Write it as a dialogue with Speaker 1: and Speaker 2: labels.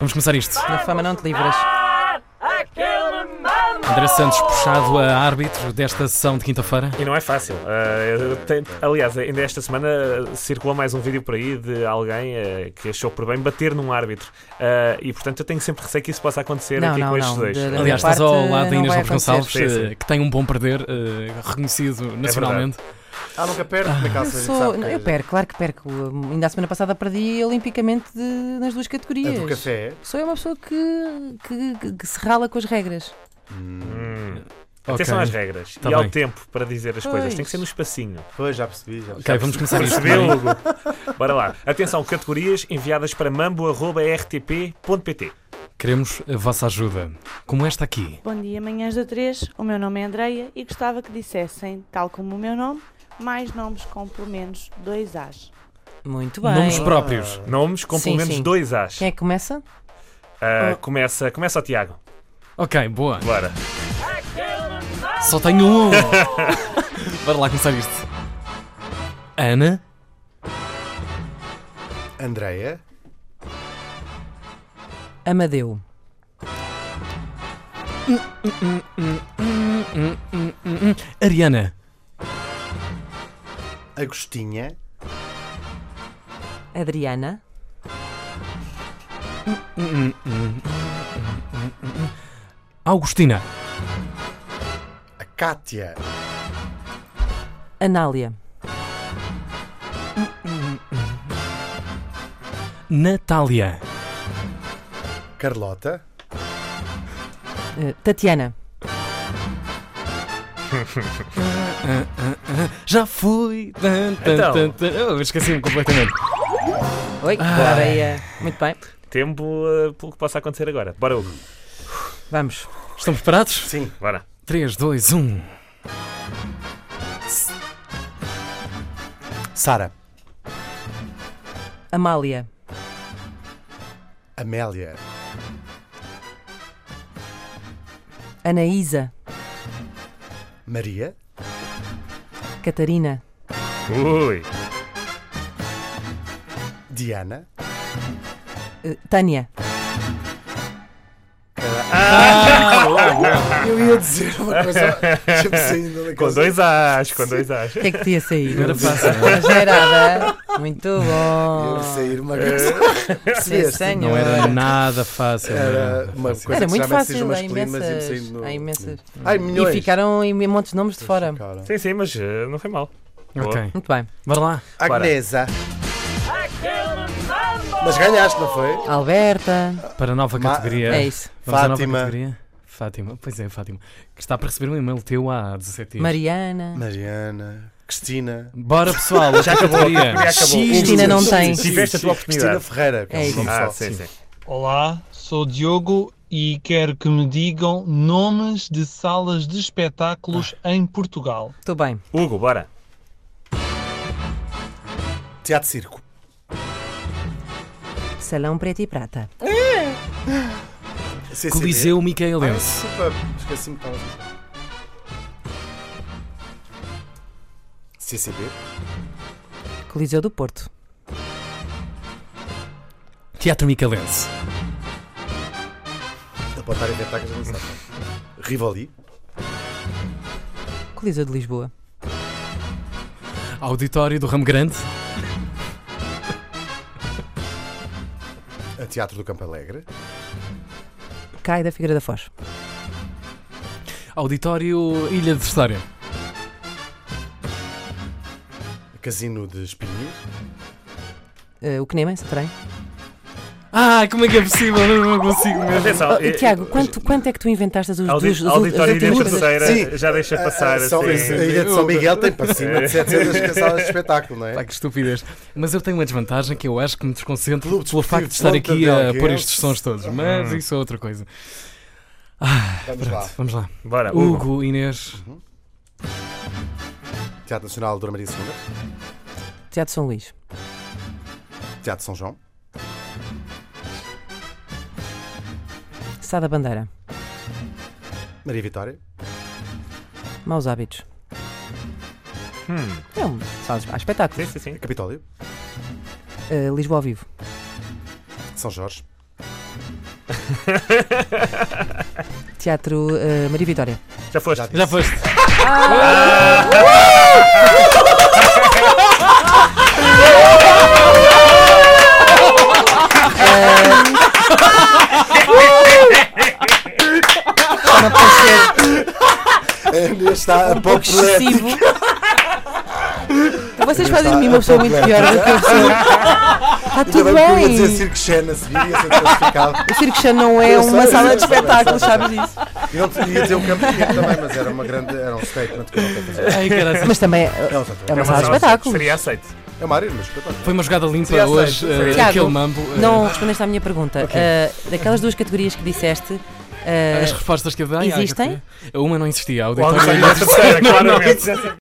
Speaker 1: Vamos começar isto.
Speaker 2: Da fama não te livras.
Speaker 1: André Santos puxado a árbitro desta sessão de quinta-feira.
Speaker 3: E não é fácil. Eh, eu tenho- aliás, ainda esta semana eh, circulou mais um vídeo por aí de alguém eh, que achou por bem bater num árbitro. Eh, e portanto eu tenho sempre receio que isso possa acontecer
Speaker 2: Não,
Speaker 3: aqui
Speaker 2: não,
Speaker 3: com estes
Speaker 2: não.
Speaker 3: dois.
Speaker 2: De- de-
Speaker 1: Aliás,
Speaker 2: parte,
Speaker 1: estás ao lado da
Speaker 2: não
Speaker 1: Inês
Speaker 2: vai
Speaker 1: Lopes Gonçalves,
Speaker 3: acontecer, sim, É
Speaker 1: eh, que tem um bom perder eh, reconhecido nacionalmente.
Speaker 4: Ah, nunca perde, como é que a
Speaker 2: Eu,
Speaker 4: Sérgio
Speaker 2: sou,
Speaker 4: sabe
Speaker 2: não,
Speaker 4: que
Speaker 2: eu perco, claro que perco. Ainda a semana passada perdi olimpicamente de- nas duas
Speaker 4: é
Speaker 2: categorias.
Speaker 4: do café.
Speaker 2: Sou eu uma pessoa que, que- que- que se rala com as regras.
Speaker 3: Hum.
Speaker 1: Ok.
Speaker 3: Atenção às regras
Speaker 1: Tá
Speaker 3: e ao
Speaker 1: bem.
Speaker 3: tempo para dizer as coisas.
Speaker 2: Pois.
Speaker 3: Tem que ser no espacinho.
Speaker 4: Pois, já percebi. Já percebi.
Speaker 1: Ok, vamos começar isto.
Speaker 3: Percebeu,
Speaker 1: não é?
Speaker 3: Hugo? Bora lá. Atenção, categorias enviadas para mambo.rtp.pt.
Speaker 1: Queremos a vossa ajuda. Como esta aqui.
Speaker 5: Bom dia, manhãs da 3. O meu nome é Andreia e gostava que dissessem, tal como o meu nome, mais nomes com pelo menos dois As.
Speaker 2: Muito bem.
Speaker 1: Nomes próprios.
Speaker 3: Nomes com
Speaker 2: Sim,
Speaker 3: pelo menos
Speaker 2: sim.
Speaker 3: dois As.
Speaker 2: Quem é que começa?
Speaker 3: Ah, começa, começa o Tiago.
Speaker 1: Ok, boa.
Speaker 3: Bora.
Speaker 1: Só tenho um. Bora lá começar isto. Ana,
Speaker 4: Andreia,
Speaker 2: Amadeu.
Speaker 1: Ariana,
Speaker 4: Agostinha,
Speaker 2: Adriana.
Speaker 1: Augustina,
Speaker 4: a Cátia,
Speaker 2: Anália.
Speaker 1: Natália,
Speaker 4: Carlota,
Speaker 2: eh, Tatiana.
Speaker 1: já fui. Tan, tan,
Speaker 3: Então.
Speaker 1: tan, tan. Oh, Esqueci-me completamente.
Speaker 2: Oi, agora é. Muito bem.
Speaker 3: Tempo ah, pelo que possa acontecer agora. Bora, Hugo.
Speaker 2: Vamos.
Speaker 1: Estão preparados? um.
Speaker 4: sim,
Speaker 3: Bora.
Speaker 1: 3, 2, 1.
Speaker 4: Sara,
Speaker 2: Amália.
Speaker 4: Amélia,
Speaker 2: Anaísa.
Speaker 4: Maria,
Speaker 2: Catarina.
Speaker 3: Ui.
Speaker 4: Diana,
Speaker 2: eh, Tânia.
Speaker 3: Ah,
Speaker 4: eu ia dizer uma coisa, deixa-me sair da
Speaker 3: Com
Speaker 4: coisa.
Speaker 3: dois As, com dois As.
Speaker 2: O que é que tinha saído?
Speaker 1: Era fácil. não é?
Speaker 2: Gerada. Muito
Speaker 4: Ia-me
Speaker 3: Ah.
Speaker 2: bom.
Speaker 4: sair uma coisa.
Speaker 2: Sim,
Speaker 4: Percebeste?
Speaker 2: senhor.
Speaker 1: Não era nada fácil.
Speaker 4: Era
Speaker 1: não
Speaker 4: uma coisa
Speaker 2: Era
Speaker 4: que
Speaker 2: muito
Speaker 4: geralmente
Speaker 2: fácil,
Speaker 4: seja umas
Speaker 2: há
Speaker 4: primas, ia-me
Speaker 2: imensas-
Speaker 4: sair no-
Speaker 2: há imensas.
Speaker 4: Ai, milhões.
Speaker 2: E ficaram em montes de nomes de fora.
Speaker 4: Ficaram.
Speaker 3: Sim, sim, mas eh, não foi mal.
Speaker 1: Ok,
Speaker 2: Muito bem.
Speaker 1: bora lá.
Speaker 4: Agnesa. Mas ganhaste, não foi?
Speaker 2: Alberta.
Speaker 1: Para a nova
Speaker 4: Ma-
Speaker 1: categoria.
Speaker 2: É isso.
Speaker 1: Vamos à nova
Speaker 4: Fátima.
Speaker 1: categoria? Fátima, pois é, Fátima. Que está para receber um e-mail teu há 17 dias.
Speaker 2: Mariana.
Speaker 4: Mariana, Cristina,
Speaker 1: Bora, pessoal, a categoria.
Speaker 3: Já acabou.
Speaker 2: Cristina não tem.
Speaker 3: Tiveste a tua
Speaker 4: Cristina
Speaker 3: oportunidade.
Speaker 4: Ferreira. que
Speaker 2: É
Speaker 4: um
Speaker 2: isso.
Speaker 4: nome
Speaker 3: Ah,
Speaker 4: só.
Speaker 3: sim, sim.
Speaker 6: Olá, sou Diogo e quero que me digam nomes de salas de espetáculos em Portugal.
Speaker 2: Estou bem.
Speaker 3: Hugo, bora.
Speaker 4: Teatro Circo,
Speaker 2: Salão Preto e Prata.
Speaker 4: CCD.
Speaker 1: Coliseu Micaelense.
Speaker 4: Super, esqueci-me que estava a dizer. CCB,
Speaker 2: Coliseu do Porto.
Speaker 1: Teatro Micaelense.
Speaker 4: apontar e tentar que a gente não sabe. Rivoli,
Speaker 2: Coliseu de Lisboa.
Speaker 1: Auditório do Ramo Grande.
Speaker 4: a Teatro do Campo Alegre,
Speaker 2: Cai da Figueira da Foz.
Speaker 1: Auditório Ilha de História.
Speaker 4: Casino de Espinhos,
Speaker 2: Eh, o Knema, em Santarém.
Speaker 1: Ah, como é que é possível? Eu não consigo mesmo.
Speaker 3: Atenção.
Speaker 2: Oh,
Speaker 3: eh,
Speaker 2: Tiago, quanto, quanto é que tu inventaste as, os,
Speaker 3: audi-
Speaker 2: dos, os, as
Speaker 3: auditório Ilha
Speaker 2: últimas coisas?
Speaker 3: Terceira
Speaker 4: Sim. Ah,
Speaker 3: já deixa passar
Speaker 4: a, a, São- a
Speaker 3: assim. É.
Speaker 4: Ilha de São Miguel tem para cima de 700 salas de espetáculo, não
Speaker 1: Pá,
Speaker 4: é?
Speaker 1: que estupidez. Mas eu tenho uma desvantagem que eu acho que me desconcentro pelo
Speaker 4: Clube Desportivo
Speaker 1: facto de estar
Speaker 4: Ponta
Speaker 1: aqui
Speaker 4: Delguense.
Speaker 1: a pôr estes sons todos. Mas isso é outra coisa.
Speaker 4: Vamos lá.
Speaker 1: Vamos lá.
Speaker 3: Bora, Hugo.
Speaker 1: Hugo, Inês,
Speaker 4: Teatro Nacional de Dona Maria II,
Speaker 2: Teatro São Luís.
Speaker 4: Teatro São João,
Speaker 2: Sada Bandeira.
Speaker 4: Maria Vitória,
Speaker 2: Maus Hábitos.
Speaker 3: Hum,
Speaker 2: É um sala de- há espetáculos.
Speaker 3: Sim, sim, sim.
Speaker 4: Capitólio,
Speaker 2: Eh, Lisboa ao vivo.
Speaker 4: São Jorge,
Speaker 2: Teatro eh, Maria Vitória.
Speaker 3: Já foste.
Speaker 4: Já disse.
Speaker 1: Já foste.
Speaker 2: Para parecer
Speaker 4: Ainda É, está a pouco
Speaker 2: Um excessivo. Vocês fazem de mim uma
Speaker 4: Está
Speaker 2: pessoa muito pior
Speaker 4: completo.
Speaker 2: do que eu sou. Está
Speaker 4: Ainda
Speaker 2: tudo
Speaker 4: bem que eu ia dizer
Speaker 2: bem.
Speaker 4: Circo Chen a seguir ia ser classificado.
Speaker 2: O Circo Chá não é
Speaker 4: Eu sei,
Speaker 2: uma
Speaker 4: eu
Speaker 2: sala
Speaker 4: sei,
Speaker 2: de
Speaker 4: eu sei,
Speaker 2: espetáculos,
Speaker 4: eu sei.
Speaker 2: sabes disso?
Speaker 4: Eu não podia dizer o campo pequeno também, mas era uma grande. Era um statement que eu não quero fazer.
Speaker 1: Ai, caraças.
Speaker 2: Mas também eh,
Speaker 4: É um statement.
Speaker 2: É uma
Speaker 4: É uma
Speaker 2: sala de
Speaker 4: sala.
Speaker 2: espetáculos.
Speaker 3: Seria aceito.
Speaker 4: É uma área, mas espetáculo.
Speaker 1: Foi uma jogada
Speaker 4: Seria
Speaker 1: limpa
Speaker 4: aceito,
Speaker 1: hoje, eh,
Speaker 2: Tiago,
Speaker 1: aquele mambo. eh,
Speaker 2: Não respondeste à minha pergunta.
Speaker 1: Ok.
Speaker 2: Eh, daquelas duas categorias que disseste, eh,
Speaker 1: As respostas que eu dei. ai,
Speaker 2: existem?
Speaker 1: que- Uma não existia. a
Speaker 3: Logo
Speaker 1: auditório-
Speaker 4: é assim.
Speaker 3: saiu a terceira, claramente.